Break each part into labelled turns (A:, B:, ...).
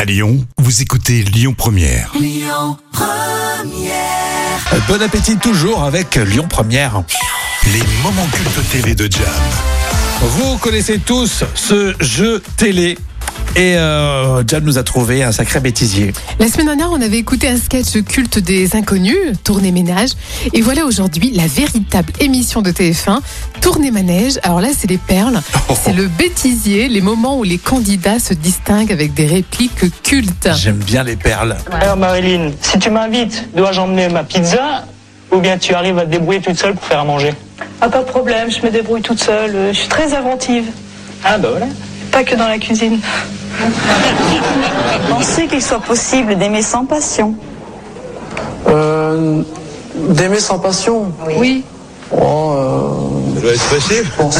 A: À Lyon, vous écoutez Lyon Première.
B: Euh, Bon appétit toujours avec Lyon Première.
A: Les moments cultes TV de Jam.
B: Vous connaissez tous ce jeu télé. Et euh, Jam nous a trouvé un sacré bêtisier.
C: La semaine dernière, on avait écouté un sketch culte des inconnus, Tournée Ménage. Et voilà aujourd'hui la véritable émission de TF1, Tournée Manège. Alors là, c'est les perles. C'est le bêtisier, les moments où les candidats se distinguent avec des répliques cultes.
B: J'aime bien les perles.
D: Alors Marilyn, si tu m'invites, dois-je emmener ma pizza ou bien tu arrives à te débrouiller toute seule pour faire à manger
E: Ah, pas de problème, je me débrouille toute seule. euh, Je suis très inventive,
D: Ah bah voilà.
E: pas que dans la cuisine.
F: Pensez qu'il soit possible d'aimer sans passion.
G: Euh, D'aimer sans passion
E: Oui.
G: Oh, euh,
H: Ça doit être possible.
G: je pense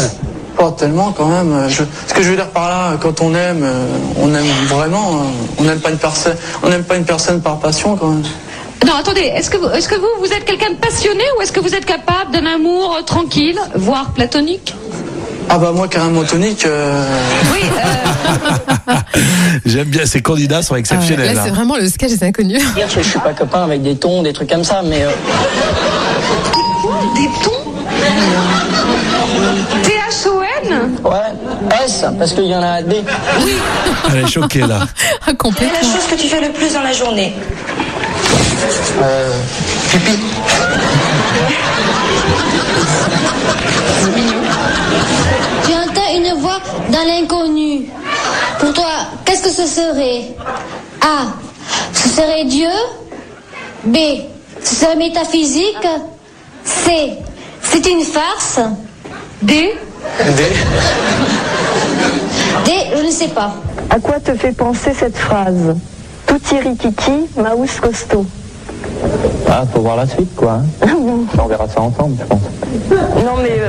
G: pas tellement quand même. Je- ce que je veux dire par là, quand on aime, euh, on aime vraiment. euh, On n'aime pas une personne, on n'aime pas une personne par passion quand même.
I: Non, attendez, est-ce que, vous- est-ce que vous, vous êtes quelqu'un de passionné ou est-ce que vous êtes capable d'un amour euh, tranquille, voire platonique
G: Ah bah moi carrément tonique. euh,
I: Oui, euh,
B: J'aime bien ces candidats sont
C: Ah ouais,
B: exceptionnels.
C: là, c'est
B: hein.
C: vraiment le sketch des inconnus.
D: Dire que je suis pas copain avec des tons, des trucs comme ça, mais euh,
I: des tons T-H-O-N
D: ouais, S parce qu'il y en a des.
B: hein. Elle est choquée là.
C: Ah, complètement.
F: chose que tu fais le plus dans la journée.
J: Tu entends une voix dans l'inconnu. Pour toi, qu'est-ce que ce serait A. Ce serait Dieu. B. Ce serait métaphysique. C. C'est une farce.
I: Des
J: D. Je ne sais pas.
E: À quoi te fait penser cette phrase Tout irikiki, maous costaud.
D: Ah, faut voir la suite quoi. On verra ça ensemble, je pense.
E: Non, mais.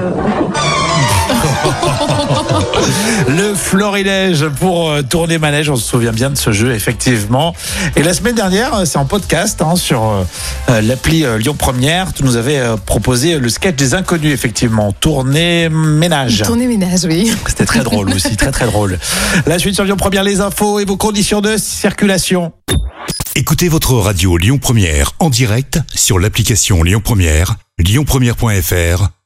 B: Le florilège pour euh, tourner manège, on se souvient bien de ce jeu effectivement. Et la semaine dernière, euh, c'est en podcast hein, sur euh, euh, l'appli euh, Lyon Première. Tu nous avais euh, proposé le sketch des inconnus effectivement. Tourner ménage.
C: Tournée Ménage, oui.
B: C'était très drôle aussi, très très drôle. La suite sur Lyon Première, les infos et vos conditions de circulation.
A: Écoutez votre radio Lyon Première en direct sur l'application Lyon Première, lyonpremière.fr